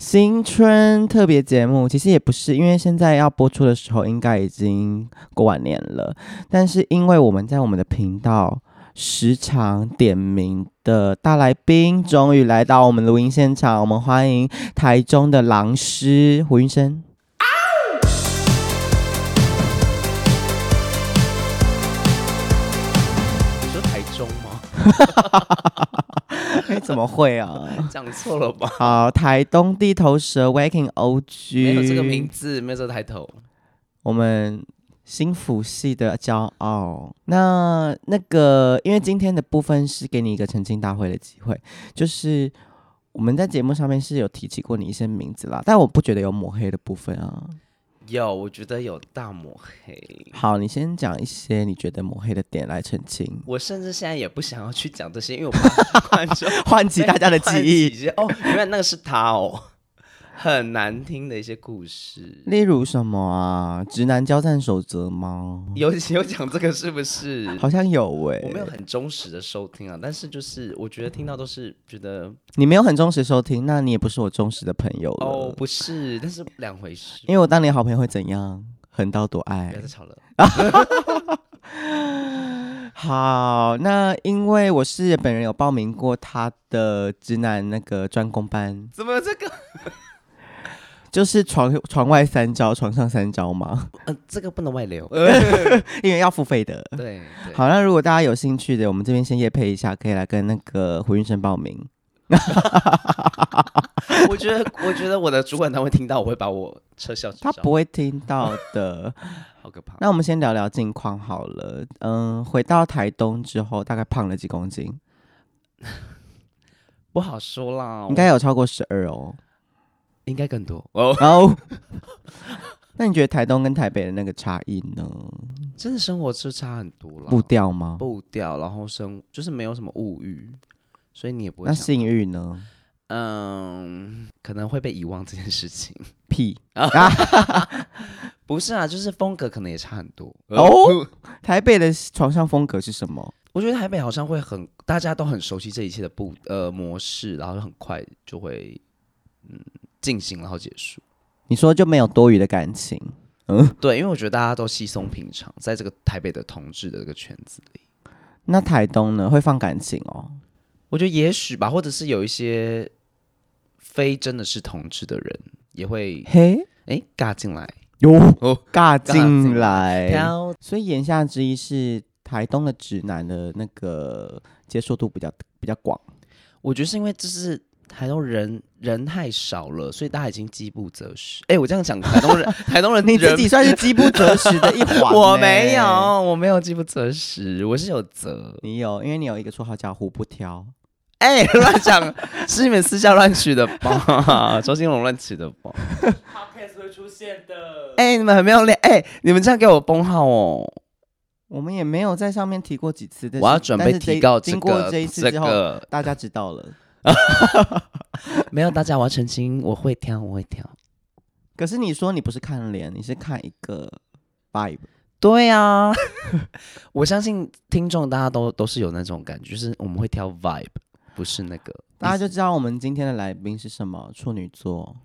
新春特别节目，其实也不是，因为现在要播出的时候，应该已经过完年了。但是因为我们在我们的频道时常点名的大来宾，终于来到我们录音现场，我们欢迎台中的狼师胡云生。你说台中吗？哎，怎么会啊？讲错了 吧？好，台东地头蛇 Waking OG，没有这个名字，没有这个抬头。我们新辅系的骄傲。那那个，因为今天的部分是给你一个澄清大会的机会，就是我们在节目上面是有提起过你一些名字啦，但我不觉得有抹黑的部分啊。有，我觉得有大抹黑。好，你先讲一些你觉得抹黑的点来澄清，我甚至现在也不想要去讲这些，因为我 怕观众唤起大家的 记忆。忆。哦，原来那个是他哦，很难听的一些故事。例如什么啊？直男交战守则吗？有有讲这个是不是？好像有欸诶、嗯我没有很忠实的收听啊，但是就是我觉得听到都是觉得你没有很忠实收听，那你也不是我忠实的朋友了。哦不是，但是两回事。因为我当年好朋友会怎样？横刀夺不爱要。再吵了，好，那因为我是本人有报名过他的直男那个专攻班，怎么有这个？就是床床外三招，床上三招嘛，呃，这个不能外流。因为要付费的。对，对好，那如果大家有兴趣的，我们这边先夜配一下，可以来跟那个胡云生报名。 我觉得，我觉得我的主管他会听到，我会把我撤销执照。他不会听到的。 好可怕。那我们先聊聊近况好了。嗯，回到台东之后，大概胖了几公斤，不好说啦，应该有超过十二哦。应该更多哦。然后，那你觉得台东跟台北的那个差异呢？真的生活是差很多了，步调吗？步调，然后生就是没有什么物欲，所以你也不会那想，性欲呢？嗯，可能会被遗忘这件事情。 屁！啊啊不是啊，就是风格可能也差很多哦。 台北的床上风格是什么？我觉得台北好像会很，大家都很熟悉这一切的步呃模式，然后很快就会嗯进行，然后结束。你说就没有多余的感情？嗯对，因为我觉得大家都稀松平常，在这个台北的同志的这个圈子里，那台东呢？会放感情哦？我觉得也许吧，或者是有一些非真的是同志的人也会嘿，哎尬进来，哟哦，尬进进来。飘所以言下之意是，台东的直男的那个接受度比较比较广。我觉得是因为就是台东人人太少了，所以大家已经饥不择食。哎，我这样讲台东人， 台东 人你自己人。算是饥不择食的一环我没有，欸，我没有饥不择食，我是有择。你有，因为你有一个绰号叫“胡不挑哎，乱讲是你们私下乱取的吧？ 周兴龙乱取的吧？ podcast 会出现的。哎、你们很没有脸！哎、你们这样给我封号哦，”。我们也没有在上面提过几次，但是我要准但备是提告这这经个过这一次之后，个大家知道了。没有大家，我要澄清，我会挑，我会挑。可是你说你不是看脸，你是看一个 vibe。对啊， 我相信听众大家都都是有那种感觉，就是我们会挑 vibe，不是那个。大家就知道我们今天的来宾是什么，处女 座。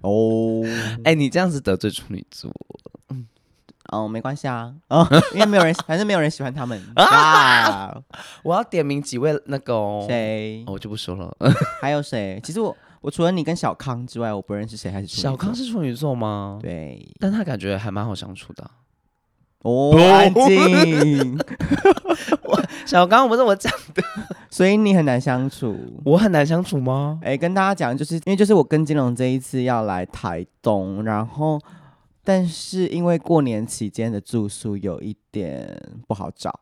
哦，哎、你这样子得罪处女座，哦，没关系啊， 哦，因为没有人，反正没有人喜欢他们啊。我要点名几位那个哦，谁哦？我就不说了。还有谁？其实我，我除了你跟小康之外，我不认识谁还是处女座小康是处女座吗？，对但他感觉还蛮好相处的啊、哦，安 静，小康不是我讲，所以你很难相处。我很难相处吗？哎、跟大家讲，就是因为就是我跟金龙这一次要来台东，然后但是因为过年期间的住宿有一点不好找，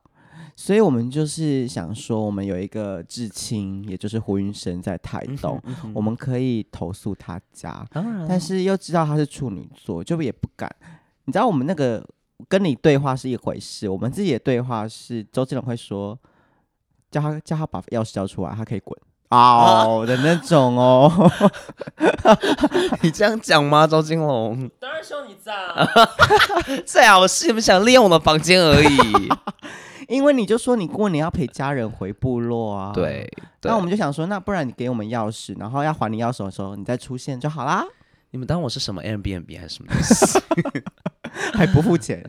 所以我们就是想说，我们有一个至亲，也就是胡云生在台东，嗯哼我们可以投诉他家，当然啊但是又知道他是处女座，就也不敢。你知道我们那个跟你对话是一回事，我们自己的对话是周杰伦会说，叫他叫他把钥匙交出来，他可以滚。哦、的那种哦， 你这样讲吗？周金龙，当然希望你在啊， 最好是你们想利用我的房间而已。 因为你就说你过年要陪家人回部落啊。对，对那我们就想说，那不然你给我们钥匙，然后要还你钥匙的时候，你再出现就好啦，你们当我是什么 Airbnb 还是什么意 思？还不付钱。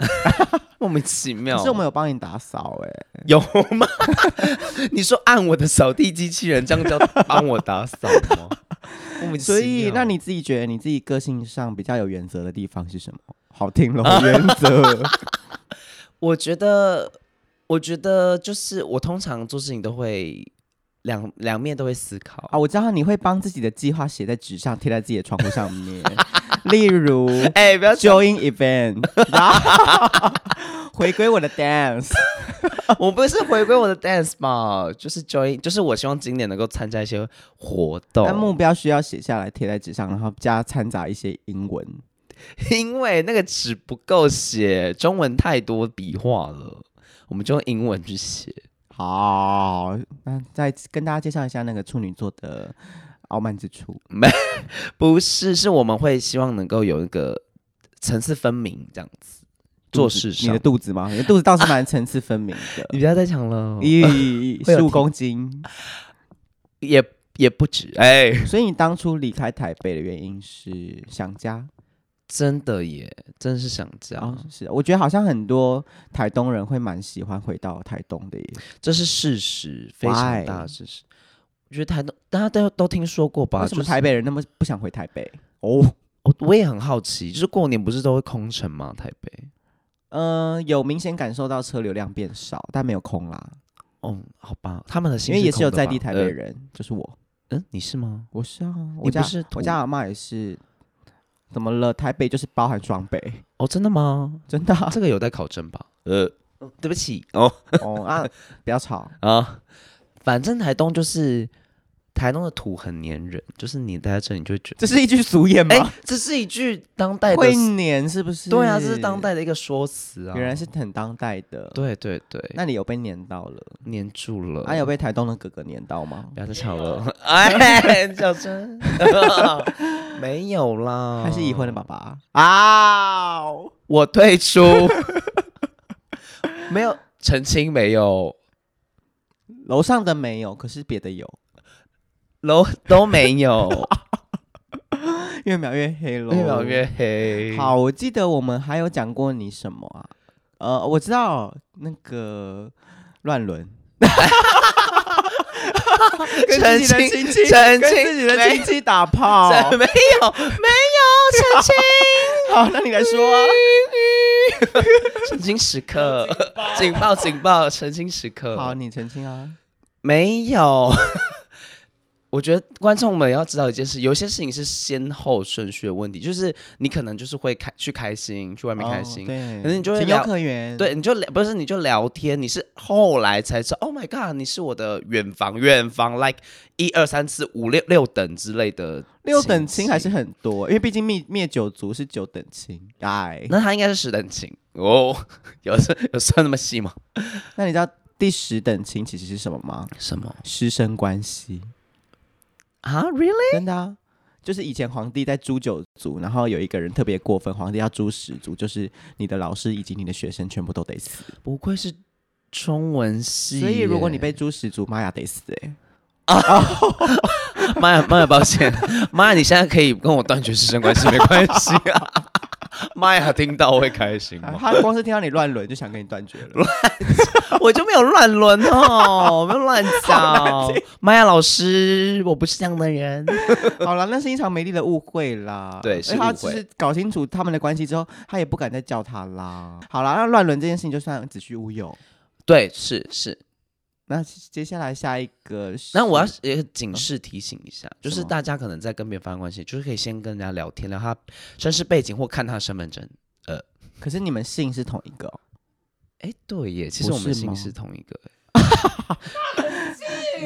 莫名其妙。 可是我们有帮你打扫哎、有吗？ 你说按我的扫地机器人这样叫帮我打扫 吗？莫名其所妙以那你自己觉得你自己个性上比较有原则的地方是什么？好听 咯，原则。我觉得，我觉得就是我通常做事情都会两两面都会思考。啊，我知道你会帮自己的计划写在纸上，贴在自己的窗户上 面，例如哎、不要讲， join event，然 后回归我的 dance。 我不是回归我的 dance 嘛，就是 join，就是我希望今年能够参加一些活那目动，标需要写下来，贴在纸上，然后加掺杂一些英文。因为那个纸不够写，中文太多笔画了，我们就用英文去写。好，那再跟大家介绍一下那个处女座的傲慢之处。不是，是我们会希望能够有一个层次分明这样子做肚子事你上的。肚子吗？你的肚子倒是蛮层次分明你的，不要再讲哦了， 咦，会有十五体公 斤。也也不止哎、所以你当初离开台北的原因是想家，真的耶，真的是想家。哦，是，我觉得好像很多台东人会蛮喜欢回到台东的耶。这是事实，非常 Why？大的事实。我觉得台东大家都都听说过吧？为什么就是台北人那么不想回台北？哦，我我也很好奇，就是过年不是都会空城吗？台北，嗯、有明显感受到车流量变少，但没有空啦，哦，好吧，他们的因心为是也是有空的在吧地台北呃人，就是我，嗯、你是吗？我是啊，我你家不是我土家阿妈也是，怎么了？台北就是包含双北， 哦，真的吗？真的啊、这个有待考证吧？呃，对不起哦，哦啊，不要吵，啊，反正台东就是台东的土很粘人，就是你待在 这里你就会觉得，这是一句俗谚哎、吗？这是一句当代哎的会词，黏是不是？哎对啊，这是当，代的一个说辞啊，原来是很当代的。对对对，那你有被黏到了？粘住了，啊，有被台东的哥哥黏到吗？不要再吵了，哎，小陈， 没有啦，还是已婚的爸，爸啊？我退出， 没有澄清，没有楼上的没有，可是别的有， 楼都没有，越描越黑喽。越描越黑，，好。我记得我们还有讲过你什么啊？呃，我知道那个乱伦，跟自 澄己的清，亲戚，澄跟清自己的没亲戚打炮。这没有没有澄清， 好，那你来说啊。澄清 时刻，警警报警报，澄清时好，刻，你澄清啊。没有。 我觉得观众们要知道一件事，有一些事情是先后顺序的问题，就是你可能就是会开去开心，去外面开心，哦对，可是你就会情有聊可原。对，你就聊不是你就聊天，你是后来才知道，Oh my god，你是我的远房远房，like 一二三四五六六等之类的戚，六等亲还是很多，因为毕竟灭灭九族是九等亲。哎，那他应该是十等亲哦，有有算那么细吗？那你知道第十等亲其实是什么吗？什么师生关系，啊？Really？真的、啊，就是以前皇帝在诛九族，然后有一个人特别过分，皇帝要诛十族，就是你的老师以及你的学生全部都得死。不愧是中文系耶，所以如果你被诛十族，妈呀 得死哎、妈呀妈呀，抱歉，妈呀，你现在可以跟我断绝师生关系，没关系、啊。 妈呀，听到会开心啊吗？他光是听到你乱伦就想跟你断绝了。 我就没有乱伦哦，我没有乱讲。妈呀，老师，我不是这样的人。好了，那是一场美丽的误会啦。对而是他误只会是搞清楚他们的关系之后，他也不敢再叫他啦。好啦，那乱伦这件事情就算子虚乌有。对，是是。那接下来下一个是，那我要也警示提醒一下，就什是么大家可能在跟别人发生关系，就是可以先跟人家聊天，聊他身世背景或看他身份证。可是你们姓是同一个哦、哎，对耶，其不实我们是吗姓是同一个耶。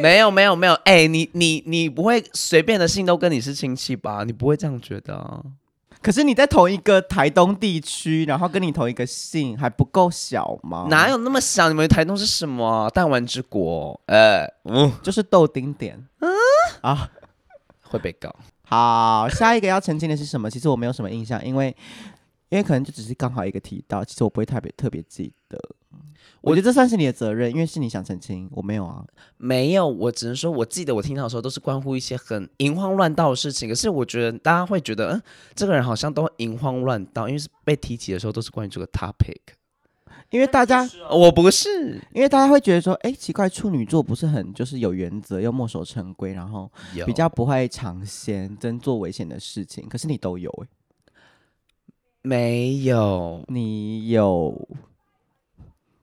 没有没有没有，哎、你你你不会随便的姓都跟你是亲戚吧？你不会这样觉得啊？可是你在同一个台东地区，然后跟你同一个姓，还不够小吗？哪有那么小？你们台东是什么啊？弹丸之国？呃，嗯，就是豆丁点。嗯啊，会被告。好，下一个要澄清的是什么？其实我没有什么印象，因为因为可能就只是刚好一个提到，其实我不会特别特别记得。我觉得这算是你的责任，因为是你想澄清，我没有啊。没有，我只能说，我记得我听到的时候都是关乎一些很淫荒乱道的事情。可是我觉得大家会觉得，嗯，这个人好像都淫荒乱道，因为是被提起的时候都是关于这个 topic。因为大家，我不是，因为大家会觉得说，哎，奇怪，处女座不是很就是有原则，又墨守成规，然后有比较不会尝鲜，真做危险的事情。可是你都有、欸，没有，你有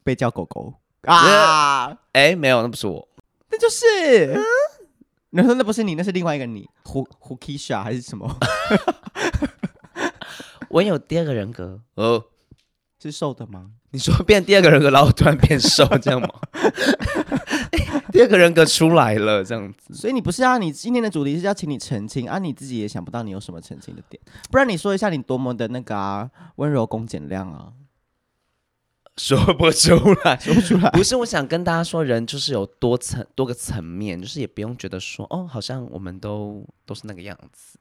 被叫狗狗 啊？哎，没有，那不是我，那就是，你说那不是你，那是另外一个你，胡胡 Kisha 还是什么？ 我有第二个人格。哦，是瘦的 吗？你说变第二个人格，然后我突然变瘦，这样吗？ 第二个人格出来了，这样子。所以你不是啊？你今天的主题是要请你澄清啊，你自己也想不到你有什么澄清的点，不然你说一下你多么的那个啊，温柔恭俭量啊，说不出来，说不出来。不是，我想跟大家说，人就是有多层多个层面，就是也不用觉得说哦，好像我们都都是那个样子。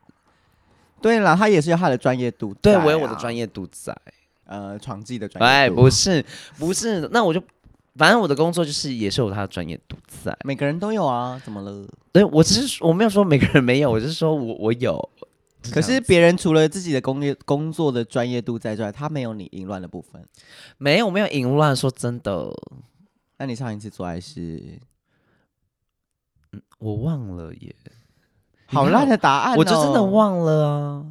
对啦，他也是有他的专业度、对我有我的专业，业度在。呃，床技的专啊哎，业度。不是不是，那我就反正我的工作就是也是有他的专业度在。每个人都有啊，怎么了？对我只是说我没有说每个人没有，我就是说我我有。可这是样别人除了自己的工业工作的专业度在之外，他没有你淫乱的部分。没有没有淫乱，说真的，那你上一次做爱是我忘了耶。你好看烂的答案、哦我就真的。忘了啊！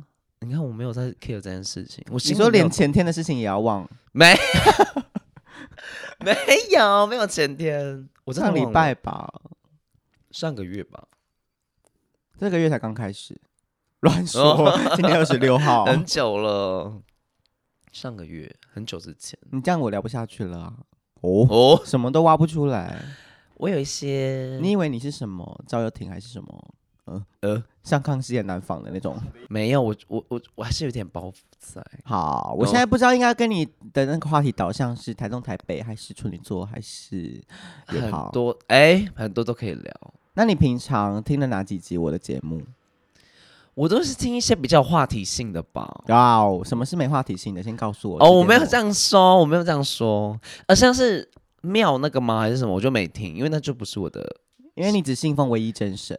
你看我没有在 care 这件事情，我你心里说没有连前天的事情也要忘？没没有没有前天，我真的上礼忘了拜吧，上个月吧，这个月才刚开始。乱说，哦 今天二十六号，很久了，上个月很久之前你这样我聊不下去了啊！哦，哦。什么都挖不出来。我有一些你以为你是什么赵又廷还是什么？呃嗯呃呃，像康熙也难防的那种。没有，我我我我还是有点包袱在。好，我哦现在不知道应该跟你的那个话题导向是台中、台北，还是处女座，还是也很好。多哎、很多都可以聊。那你平常听了哪几集我的节目？我都是听一些比较话题性的吧。哇哦，什么是没话题性的？先告诉我。哦，我没有这样。样说，我没有这样说。呃，像是庙那个吗，还是什么，我就没听，因为那就不是我的。因为你只信奉唯一真神，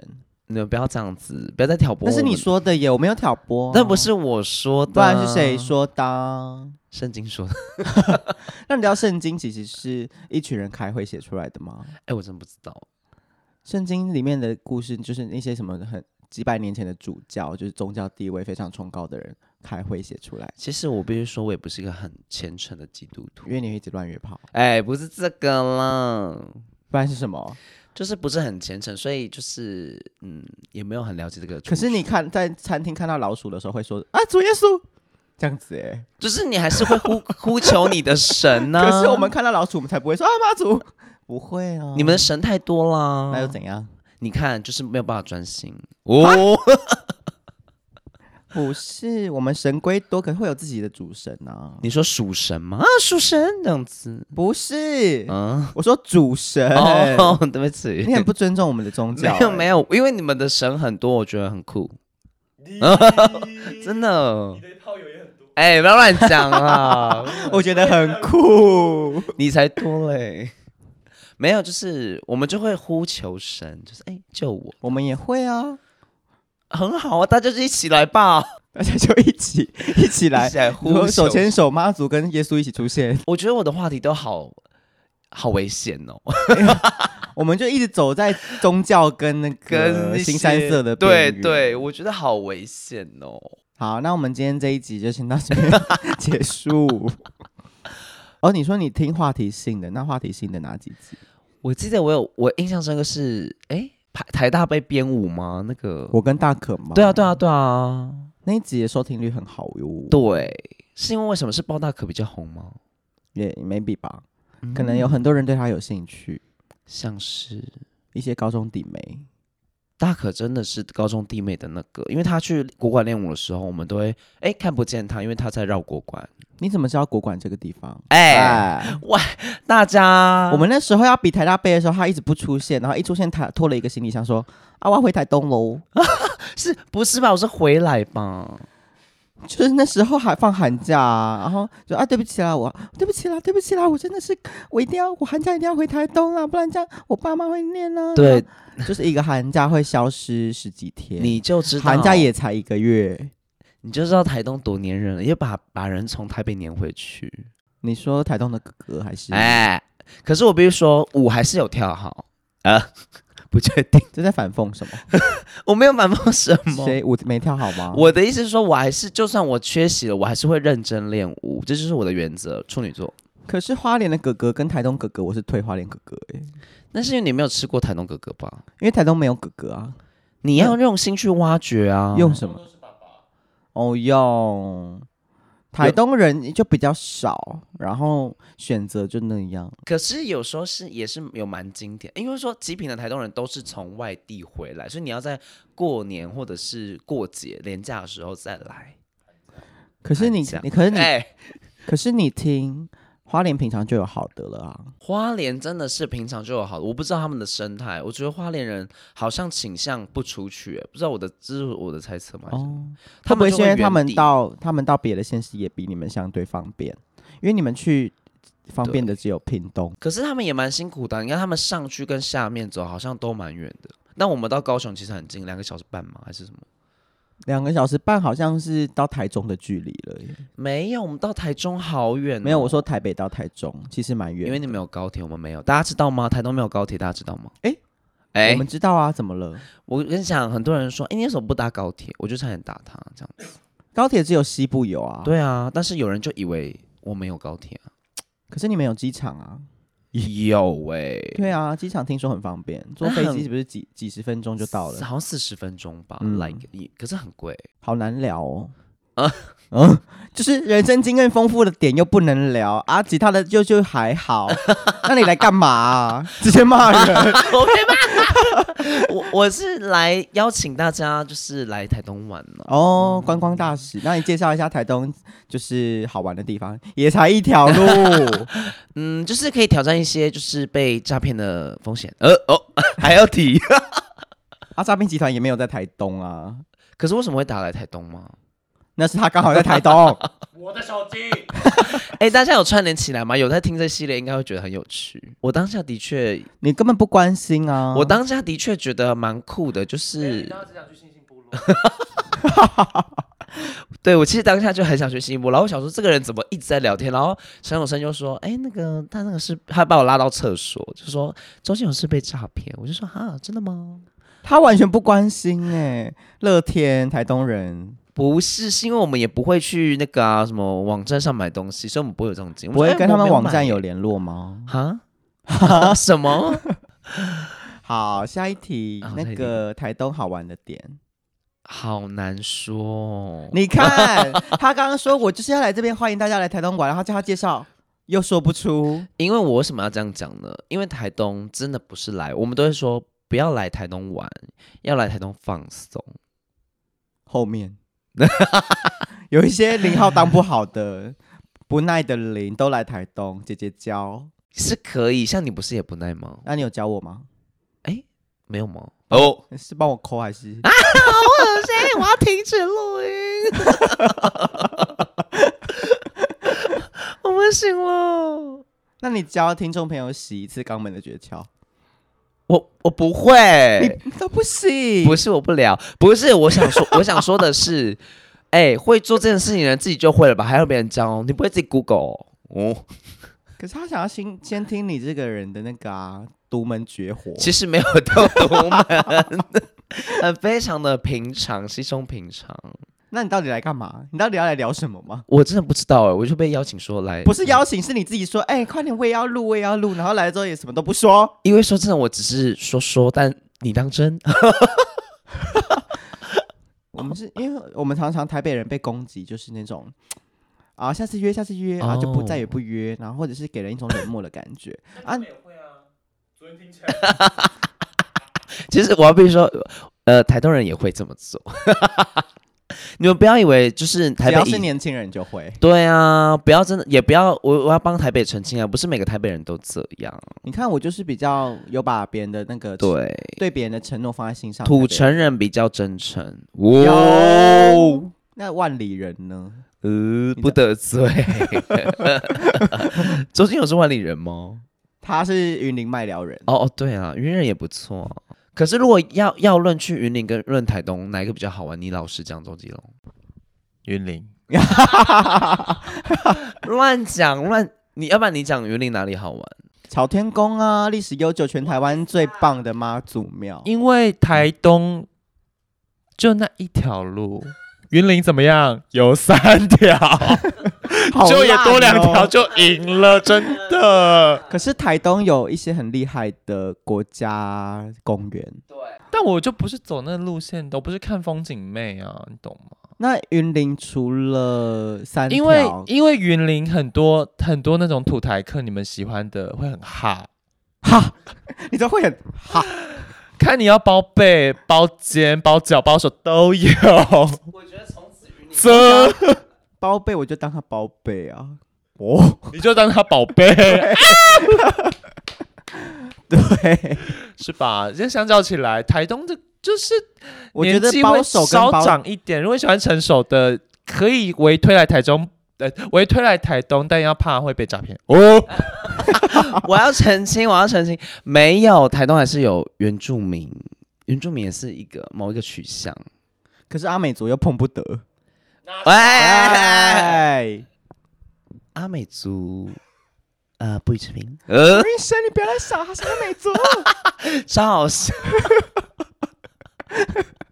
你们不要这样子，不要再挑拨。那是你，说的耶，我没有挑拨、啊那不，是我说的、不然是谁？说的啊？圣经说的。那你知道圣经其实是一群人开会写出来的吗？哎、我真不知道。圣经里面的故事就是那些什么很几百年前的主教，就是宗教地位非常崇高的人开会写出来，其实我必须说，我也不是一个很虔诚的基督徒因。为你会一直乱约炮，哎、不是这个啦。不然是什么？就是不是很虔诚，所以就是嗯，也没有很了解这个。可是你，看在餐厅看到老鼠的时候会说啊主耶稣这样子哎、就是你还是会呼 呼求你的神呢、可是我们看到老鼠我们才不会说啊妈祖，不会啊，你们的神太多啦，那又怎样？你看，就是没有办法专心哦。不是，我们神龟多，可是会有自己的主神啊。你说属神吗？啊，属神这样子，不是， 嗯，我说主神，哦， 对不起，哎你很不欸尊重我们的宗教、没有没有，因为你们的神很多，我觉得很酷，真 的，的哦你。的炮友也很多。哎、不要乱讲啊！有，哎我觉得很酷。你才多嘞。没有，就是我们就会呼求神，就是哎、救我，我们也会啊，很好啊，大家就一起来吧，大家就一起一起来一起，来如果呼手求。牵手，妈祖跟耶稣一起出现，我觉得我的话题都好好危险哦，我们就一直走在宗教跟那 跟个一新三些色的对边缘对，。我觉得好危险哦。好，那我们今天这一集就先到这边 结束。哦，你说你听话题性的，那话题性的哪几集？我记得我有我印象深刻是哎台台大被编舞吗？那个我跟大可吗？对啊对啊对啊那一集的收听率很好哟。对，是因为为什么是抱大可比较红吗？也 maybe 吧，可嗯能有很多人对他有兴趣，像是一些高中底媒。大可真的是高中弟妹的那个，因为她去国馆练舞的时候，我们都会哎看不见她，因为她在绕国馆。你怎么知道国馆这个地方？哎，哎，大家我们那时候要比台大杯的时候，他一直不出现，然后一出现，他拖了一个行李箱说：“啊，我要回台东喽。是不是吧？我是回来吧。”就是那时候还放寒假、啊，然后就啊对不起啦，我对不起啦，对不起啦，我真的是我一定要我寒假一定要回台东啦，不然这样我爸妈会念呢、啊。对，，就是一个寒假会消失十几天，你就知道寒假也才一个月。你就知道台东多黏人了，也把把人从台北黏回去。你说台东的哥哥还是哎，可是我必须说，舞还是有跳好啊、呃不确定，这在反讽什么？ 我没有满梦什么。谁我没跳好吗？我的意思是说，我还是就算我缺席了，我还是会认真练舞，这就是我的原则。处女座，可是花莲的哥哥跟台东哥哥，我是推花莲哥哥哎、那是因为你没有吃过台东哥哥吧？因为台东没有哥哥啊，你要用心去挖掘啊！用什么？哦，用台东人就比较少，然后选择就那样。可是有时候是也是有蛮经典，因为说极品的台东人都是从外地回来，所以你要在过年或者是过节年假的时候再来。可是你寒假，你可是你，哎、可是你听花莲平常就有好的了啊。花莲真的是平常就有好，我不知道他们的生态，我觉得花莲人好像倾向不出去，哎不知道我的这是我的猜测吗？哦，他会不会们是就因会为他原们地到他们到别的县市也比你们相对方便？因为你们去方便的只有屏东。可是他们也蛮辛苦的，你看他们上去跟下面走好像都蛮远的。那我们到高雄其实很近，两个小时半吗？还是什么？两个小时半好像是到台中的距离了耶，没有，我们到台中好远哦、没有我说台北到台中其实蛮远，因为你们有高铁，我们没有。大家知道吗？台东没有高铁，大家知道吗？诶哎、我们知道啊，怎么了？我跟你讲，很多人说，哎、你为什么不搭高铁？我就差点打他这样子。高铁只有西部有啊，，对啊，但是有人就以为我没有高铁啊，可是你们有机场啊，有哎、对啊，机场听说很方便，坐那飞很机是不是几几十分啊钟就到了？好像四十分钟吧、嗯 l i k e 可是很贵。 好难聊哦。啊啊， 嗯，就是人生经验丰富的点又不能聊啊，其他的就就还 好。那你来干嘛、啊？ 直接骂人？我没办法，我我是来邀请大家，就是来台东玩啊呢、哦，观光大使，那你介绍一下台东就是好玩的地方，也才一条 路。嗯，就是可以挑战一些就是被诈骗的风险。呃哦， 还要提。啊，诈骗集团也没有在台东啊，可是为什么会打来台东吗？那是他刚好在台 东。我的手机，哎、大家有串联起来吗？有在听这系列，应该会觉得很有趣。我当下的确，你根本不关心啊！我当下的确觉得蛮酷的，就是然后只想去星星部落， 对我其实当下就很想去新波，然后我想说这个人怎么一直在聊天，然后沈永生就说，哎、那个他那个是他把我拉到厕所，就说周星勇是被诈骗，我就说哈，真的吗？他完全不关心哎、乐天台东人不是，是因为我们也不会去那个啊什么网站上买东西，所以我们不会有这种经验。不会跟他们网站有哎联络吗？我没有买 哈什么？好，哦下一题，好下那一题个台东好玩的点，好难说哦。你看 他刚刚说我就是要来这边，欢迎大家来台东玩，然后叫他介绍，又说不出，因为我为什么要这样讲呢？因为台东真的不是来，我们都会说不要来台东玩，要来台东放松。 后面 有一些零号当不好的。不耐的零都来台东，姐姐教。是可以，像你不是也不耐吗？那、你有教我吗？没有吗？哦，是帮我抠还是？哎我要停止录 音。我不行了，那你教听众朋友洗一次肛门的诀窍？我我不会，你哎都不行，不是我不聊，不是我想说，我想说的是，哎、会做这件事情的人自己就会了吧，还要别人教？你不会自己 Google 哦？哦可是他想要先先听你这个人的那个啊，独门绝活。其实没有到独门，很非常的平常，稀松平常。那你到底来干嘛？你到底要来聊什么吗？我真的不知道哎、我就被邀请说来，嗯不是邀请，是你自己说，哎、快点，我也要录，我也要录。然后来了之后也什么都不说，因为说真的，我只是说说，但你当真？ 我们是因为我们常常台北人被攻击，就是那种啊，下次约，下次约，然啊后就不哦再也不约，然后或者是给人一种冷漠的感觉。啊，啊你们也会啊。昨天听起来，其实我要必须说，呃，台东人也会这么做。 你们不要以为就是台只要北是以年轻人就会，对啊，不要真的，也不要我我要帮台北澄清啊，不是每个台北人都这样。你看我就是比较有把别人的那个对，对别人的承诺放在心上，土城城人比较真诚。有，那万里人呢？呃，的不得罪。 周金勇是万里人吗？他是云林麦寮人，哦哦，对啊，云人也不错。可是如果要要论去云林跟论台东，哪一个比较好玩？你老实讲，周吉龙云林乱讲乱，你要不然你讲云林哪里好 玩？朝天宫啊，历史悠久，全台湾最棒的妈祖庙。因为台东就那一条路，云林怎么样？有三条，好就也烂多两条 哦就赢了，真 的。可是台东有一些很厉害的国家公园，但我就不是走那路线的，我不是看风景妹啊，你懂吗？那云林除了三因为条，因为云林很多很多那种土台客，你们喜欢的会很哈，你都会很哈，看你要包背、包肩、包脚、包手都有。我觉得从此云林这包贝我就当它包贝啊。哦，你就当他宝贝 对，是吧？这相较起来，台东的就是我觉年得纪包会手跟稍包长一点。如果喜欢成熟的，可以微推来台中，呃，微推来台东，但要怕会被诈骗哦。我要澄清，我要澄清，没有台东还是有原住民，原住民也是一个某一个取向。可是阿美族又碰不得。喂，哎， 阿美族，呃，不予置评。呃，医生，你不要再傻，他是阿美族。超好笑。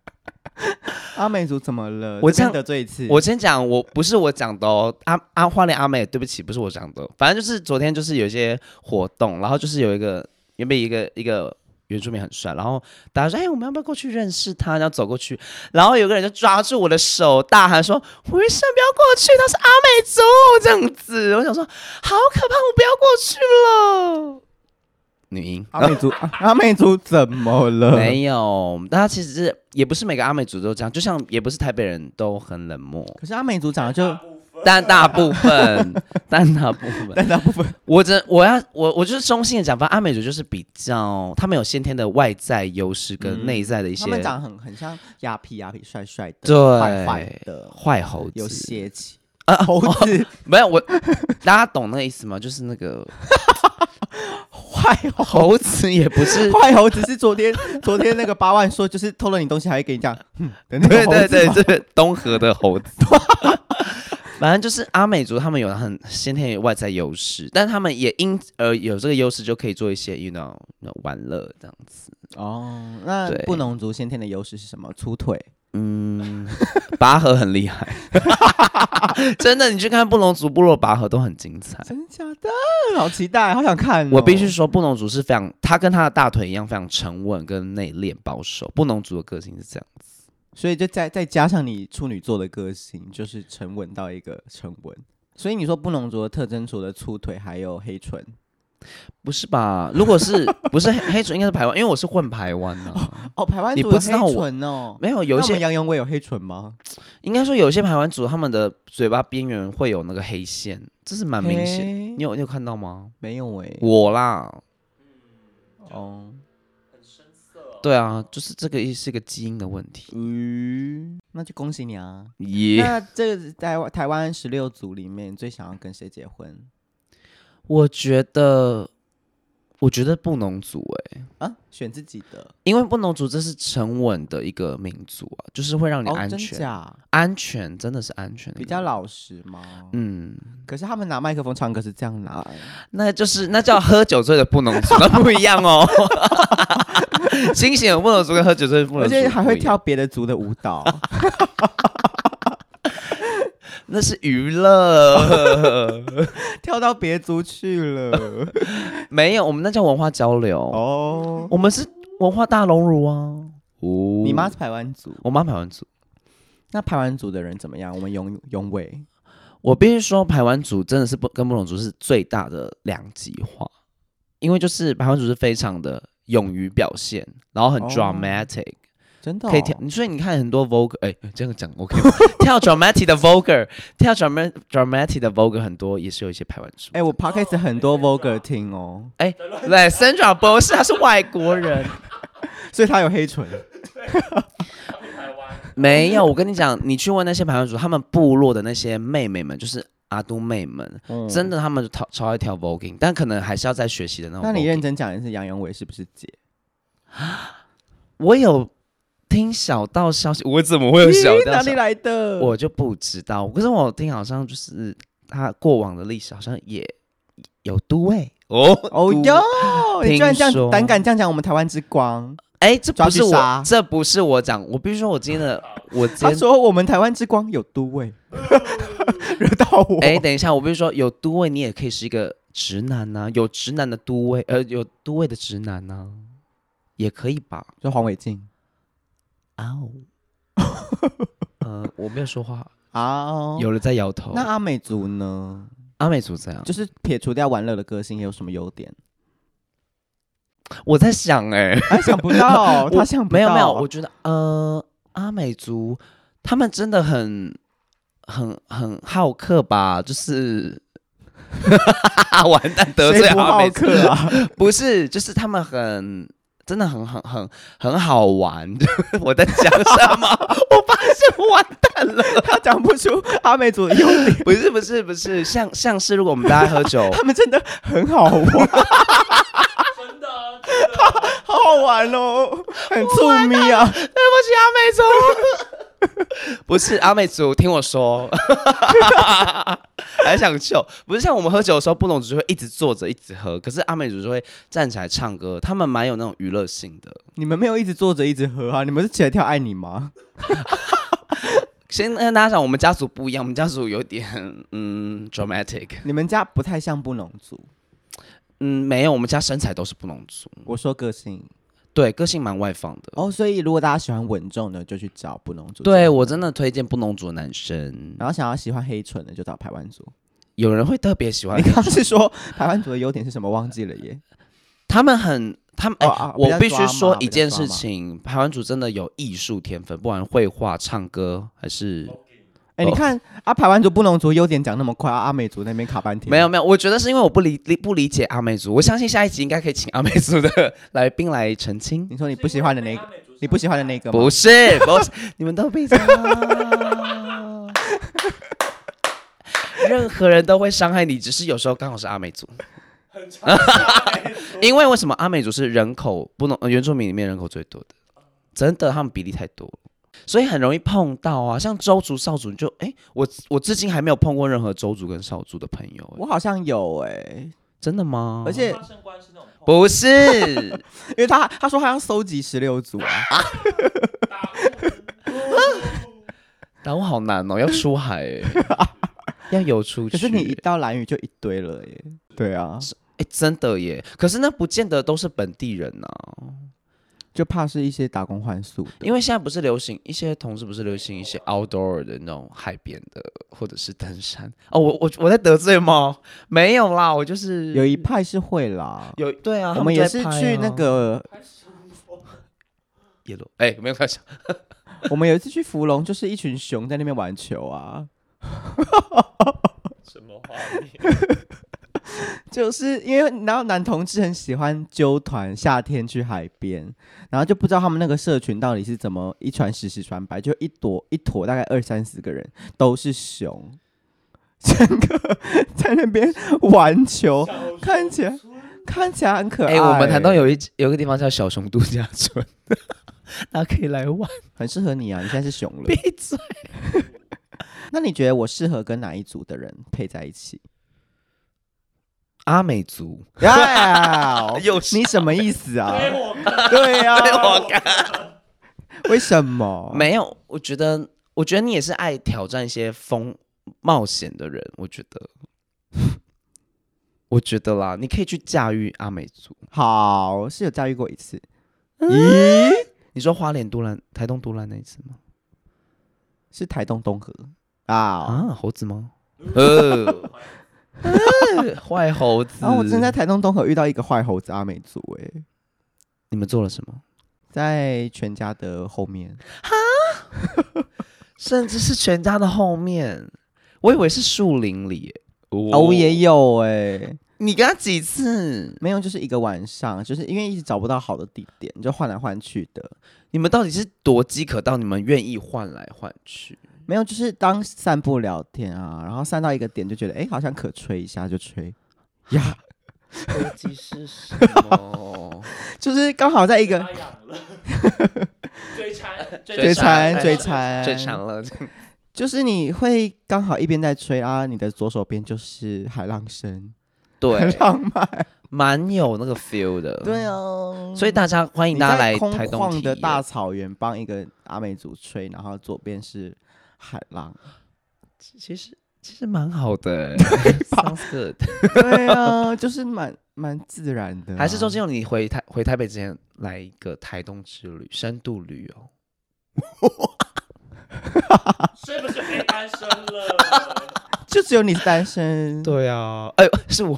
阿美族怎么了？我这边这样得罪一次，我先讲，我不是我讲的哦，阿阿花莲阿美，对不起，不是我讲的。反正就是昨天就是有一些活动，然后就是有一个原本一个一个原住民很帅，然后大家说，哎，我们要不要过去认识他？然后走过去，然后有个人就抓住我的手，大喊说：“我为什么不要过去？他是阿美族。”这样子，我想说，好可怕，我不要过去了。女音。阿 美族，啊阿美族怎么了？没有，大家其实是也不是每个阿美族都这样，就像也不是台北人都很冷漠。可是阿美族长得 就但大部分， 但大部分，但大部分我真我要我我就是中性的讲法，阿美族就是比较他们有先天的外在优势跟嗯内在的一些他们长得很很像亚皮亚皮，帅帅的，对坏坏的，坏猴有子，哦邪气。啊， 猴子没有我，大家懂那个意思吗？就是那个坏猴猴子也不是，坏 猴子是昨天 昨天那个八万说，就是偷了你东西还会给你这样，哼的那对个猴对子对，吗这个东河的猴子。 反正就是阿美族，他们有很先天有外在优势，但他们也因而有这个优势，就可以做一些 you know 那种玩乐这样子。哦，那对布农族先天的优势是什么？粗腿。嗯，拔河很厉害， 真的，你去看布隆族部落拔河都很精彩。真假的？好期待，好想看哦、啊我必须说，布农族是非常，他跟他的大腿一样，非常沉稳跟内敛保守。布农族的个性是这样，所以就再再加上你处女座的个性，就是沉稳到一个沉稳。所以你说布农族的特征除了粗腿，还有黑唇 不是吧？如果是 不是黑黑族，应该是排湾，因为我是混排湾的、哦，台湾你族不有知道我黑唇哦。没有有一那我些们杨永伟有黑唇吗？应该说有些排湾族他们的嘴巴边缘会有那个黑线，这是蛮明显。嘿你有你有看到吗？没有哎、我啦，哦，对啊，就是这个也是一个基因的问题。嗯，那就恭喜你啊。耶、那这个台湾台湾十六组里面，你最想要跟谁结婚我觉得，我觉得布农族哎、啊？选自己的因为布农族这是沉稳的一个民族啊，就是会让你哦，安真全，假安全真的是安全的比民族，较老实吗？嗯，可是他们拿麦克风唱歌是这样拿、欸，那就是那叫喝酒醉的布农族，那不一 样哦。清醒的布农族跟喝酒醉的布而农族，且还会跳，别的族的舞蹈。 那是娱乐， 跳到别族去了。没有，我们那叫文化交流，哦，我们是文化大熔炉啊。哦，你妈是排湾族，我妈排湾族，那排湾族的人怎么样？我们永永伟我必须说，排湾族真的是不跟布隆族是最大的两极化，因为就是排湾族是非常的勇于表现，然后很哦 dramatic，、真的、哦、可以跳。所以你看很多 vogue，哎、这样讲 OK 吗？跳 dramatic 的 vogue，跳 drama dramatic 的 vogue 很多也是有一些排湾族。 哎、我 podcast 很多 Vogue 听哦，哎、对，Sandra 不是，他是外国人。所以他有黑唇。去台湾， 没有，我跟你讲，你去问那些排湾族，他们部落的那些妹妹们，就是阿都妹们，嗯真的他哦们就超超爱跳 voguing，但可能还是要在学习的那种。那你认？真讲一次，杨永伟是不是姐？我有听小道消息，我怎么会有 小咦道哪消里来的？我就不知道。可是我听好像就是他过往的历史，好像也有都尉哦哦都哟，你居然这听样说胆敢这样讲我们台湾之光？哎，这抓不去是我杀，这不是我讲，我必须说，我今天 的我今他天。说我们台湾之光有都位， 惹到我。哎，等一下，我必须说，有都尉你也可以是一个直男呐、有直男的都尉，呃，有都尉的直男呐、也可以吧？说黄伟晋啊哦，呃，我没有说话，啊，有人在摇头。那阿美族呢？阿美族这样，就是撇除掉玩乐的个性，有什么优 点？我在想、哎，哎，想不哦到，他想不没有没有，到我觉得呃，阿美族他们真的很很很好客吧，就是。 完蛋，得罪谁不阿好美族客啊？ 不是，就是他们很真的很很很很好玩。 我在讲什么？ 我发现我完蛋了。 他讲不出阿美族的优点，不是不是不是，像像是如果我们大家喝 酒他们真的很好玩， 真的啊真的啊，好好玩哦，很醋咪啊。对不起，阿美族。 不是阿美族，听我说， 还想秀。不是像我们喝酒的时候，不懂只会一直坐着一直喝，可是阿美族就会站起来唱歌，他们蛮有那种娱乐性的。你们没有一直坐着一直喝啊？你们是起来跳爱你吗？先跟大家讲，我们家族不一样，我们家族有点嗯 dramatic，你们家不太像布农族。嗯，没有，我们家身材都是布农族，我说个性对，个性蛮外放的。哦，所以如果大家喜欢稳重的，就去找布农族。对我真的推荐布农族的男生，然后想要喜欢黑唇的，就找台湾族。有人会特别喜欢你刚刚是说台湾族的优点是什么？忘记了耶。他们很，他们哎、哦啊比我较必须抓说马一比较件抓事马情，台湾族真的有艺术天分，不管绘画、唱歌还是哎，你哦看啊，台湾族、布农族优点讲那么快，啊阿美族那边卡半天。没有没有，我觉得是因为我不理理不理解阿美族，我相信下一集应该可以请阿美族的 来宾来澄清。你说你不喜欢的那个，你不喜欢的那个吗？不 是，不是，你们都闭嘴啦！任何人都会伤害你，只是有时候刚好是阿美族。很常见因为为什么阿美族是人口不能、呃原住民里面人口最多的，真的他们比例太多了，所以很容易碰到啊。像周族、少族，你就哎、我我至今还没有碰过任何周族跟少族的朋友、哎我好像有哎、真的吗？而且发生关系那种碰不是，因为他他说他要搜集十六组啊，打呼但我好难哦，要出海、 哎要游出可去。欸是你一到蓝屿就一堆了耶。对啊，哎、真的耶！可是那不见得都是本地人呐、就怕是一些打工换宿的。因为现在不是流行一些同事不是流行一些 outdoor 的那种海边的，或者是登山哦。我我我在得罪吗？没有啦，我就是有一派是会啦，有对啊，我他们就也在是拍去啊那个，野罗哎、没有关系，我们有一次去芙蓉，就是一群熊在那边玩球啊，什么画面？ 就是因为然后男同志很喜欢揪团，夏天去海边，然后就不知道他们那个社群到底是怎么一传十十传百，就一朵一坨大概二三十个人都是熊，整个在那边玩球，看起来看起来很可爱。哎、我们谈到有一有一个地方叫小熊度假村， 大家可以来玩。很适合你啊，你现在是熊了。闭嘴！那你觉得我适合跟哪一组的人配在一起？阿美族，呀， 又你什么意思啊？推我干对呀、我为什么？没有，我觉得我觉得你也是爱挑战一些风冒险的人，我觉得。 我觉得啦，你可以去驾驭阿美族。好，是有教育过一次。嗯嗯咦，你说花莲都兰、台东都兰那一次吗？是台东东河啊。啊，猴子吗？ 呃，哦坏猴子。然哦后我真在台东东河遇到一个坏猴子阿美族、欸，你们做了什么？在全家的后面，甚至是全家的后面，我以为是树林里耶。哦也有哎、你跟他几次？没有，就是一个晚上，就是因为一直找不到好的地点，就换来换去的。你们到底是多饥渴到你们愿意换来换去？没有，就是当散步聊天啊，然后散到一个点就觉得，哎，好像可吹一下就吹，呀，多饥是什么？就是刚好在一嘴个巴痒了，嘴馋，嘴馋馋嘴，馋正常了， 就是你会刚好一边在吹啊，你的左手边就是海浪声，很对，浪漫，蛮有那个 feel 的。对啊，所以大家欢迎你大家在来空台东体旷的验。大草原帮一个阿美族吹，然后左边是海浪，其实其实蛮好 的、欸 ，sounds good。对啊， 就是蛮蛮自然的啊、还是周金勇，你回台回台北之前来一个台东之旅，深度旅游。 是不是被单身了？就只有你是单身，对啊，哎呦，是我，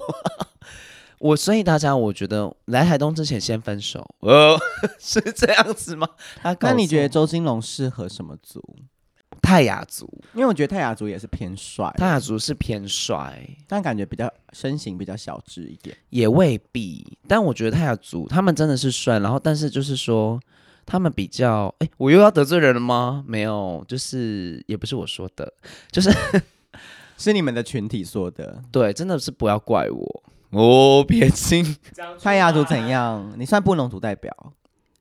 我所以大家，我觉得来台东之前先分手，呃， 是这样子吗？他搞那你错觉得周金龙适合什么族？泰雅族，因为我觉得泰雅族也是偏帅，泰雅族是偏帅，但感觉比较身形比较小只一点。也未必，但我觉得泰雅族他们真的是帅，然后但是就是说。他们比较，哎、我又要得罪人了吗？没有，就是也不是我说的，就是是你们的群体说的，对，真的是不要怪我哦，撇 清。讲出来泰雅族怎？样？你算布农族代表，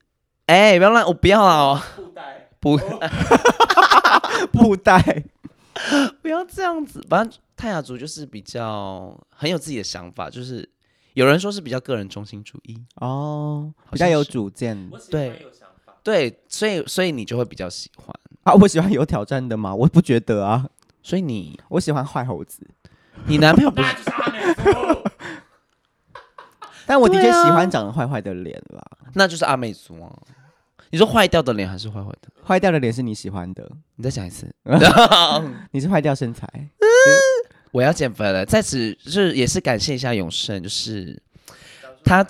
哎、不要乱，我不要啦哦，裤带不， 布袋。不要这样子。反正泰雅族就是比较很有自己的想法，就是有人说是比较个人中心主义，哦，好比较像有是主见我喜对欢有想法，对，所以所以你就会比较喜欢，啊！我喜欢有挑战的吗？我不觉得啊，所以你我喜欢坏猴子，你男朋友不那是就是阿美族。但我的确对啊喜欢长得坏坏的脸啦。那就是阿美族啊？你说坏掉的脸还是坏坏的？坏掉的脸是你喜欢的，你再讲一次，你是坏掉身 材。我要减肥了。在此就是也是感谢一下永胜，就是他。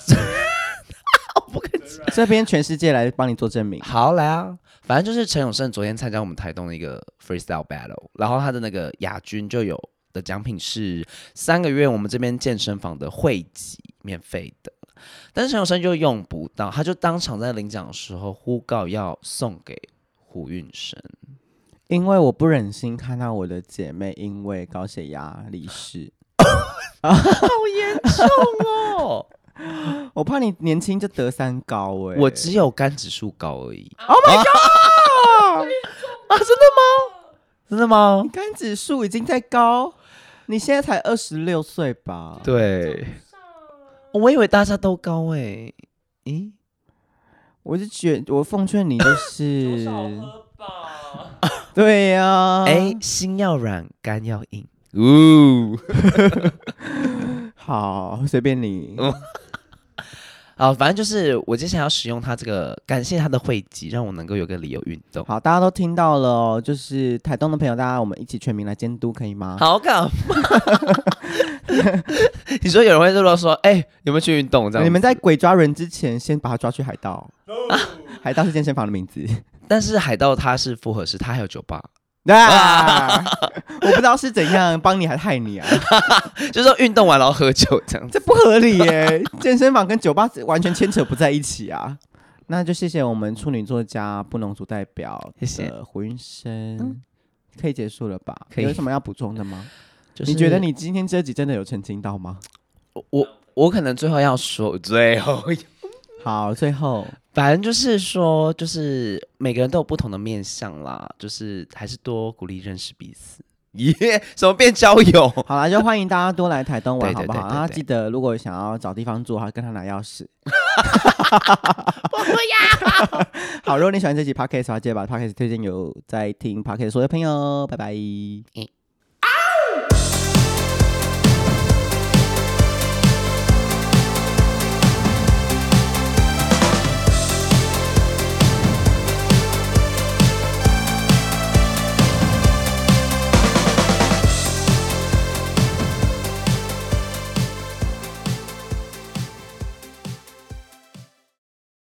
这边全世界来帮你做证明。好，来啊！反正就是陈永胜昨天参加我们台东的一个 freestyle battle，然后他的那个亚军就有的奖品是三个月我们这边健身房的会籍，免费的。但是陈永胜就用不到，他就当场在领奖的时候呼告要送给胡运生。因为我不忍心看到我的姐妹因为高血压离世，哦，我怕你年轻就得三高哎、我只有肝指数高而已。 Oh my god！、啊，真的吗？真的吗你？肝指数已经在高，你现在才二十六岁吧？对，我以为大家都高哎、咦，我就觉我奉劝你 就多是，少喝吧， 对呀、哎、心要软，肝要硬。呜、好，随便你。嗯啊，反正就是我接下来要使用它这个，感谢它的汇集，让我能够有个理由运动。好，大家都听到了哦，就是台东的朋友，大家我们一起全民来监督，可以吗？好搞 你说有人会这么说，哎、有没有去运动这样？你们在鬼抓人之前，先把他抓去海盗。 No 海盗是健身房的名字。 但是海盗它是复合式，它还有酒吧，啊！我不知道是怎样帮你还是害你啊，就是说运动完然后喝酒这样子。这不合理耶！ 健身房跟酒吧完全牵扯不在一起啊。那就谢谢我们处女作家布农族代表，谢谢胡云生。可以结束了吧？可以有什么要补充的吗？就是你觉得你今天这集真的有澄清到吗？我我可能最后要说，最后好，最后反正就是说，就是每个人都有不同的面相啦，就是还是多鼓励认识彼此。耶、 怎么变交友？好啦，就欢迎大家多来台东玩，对好对不好？对对啊，对记得如果想要找地方住，还跟他拿钥匙。 不要。好，如果你喜欢这期 podcast 的话，记得把 podcast 推荐给有在听 podcast 所有朋友，拜拜。诶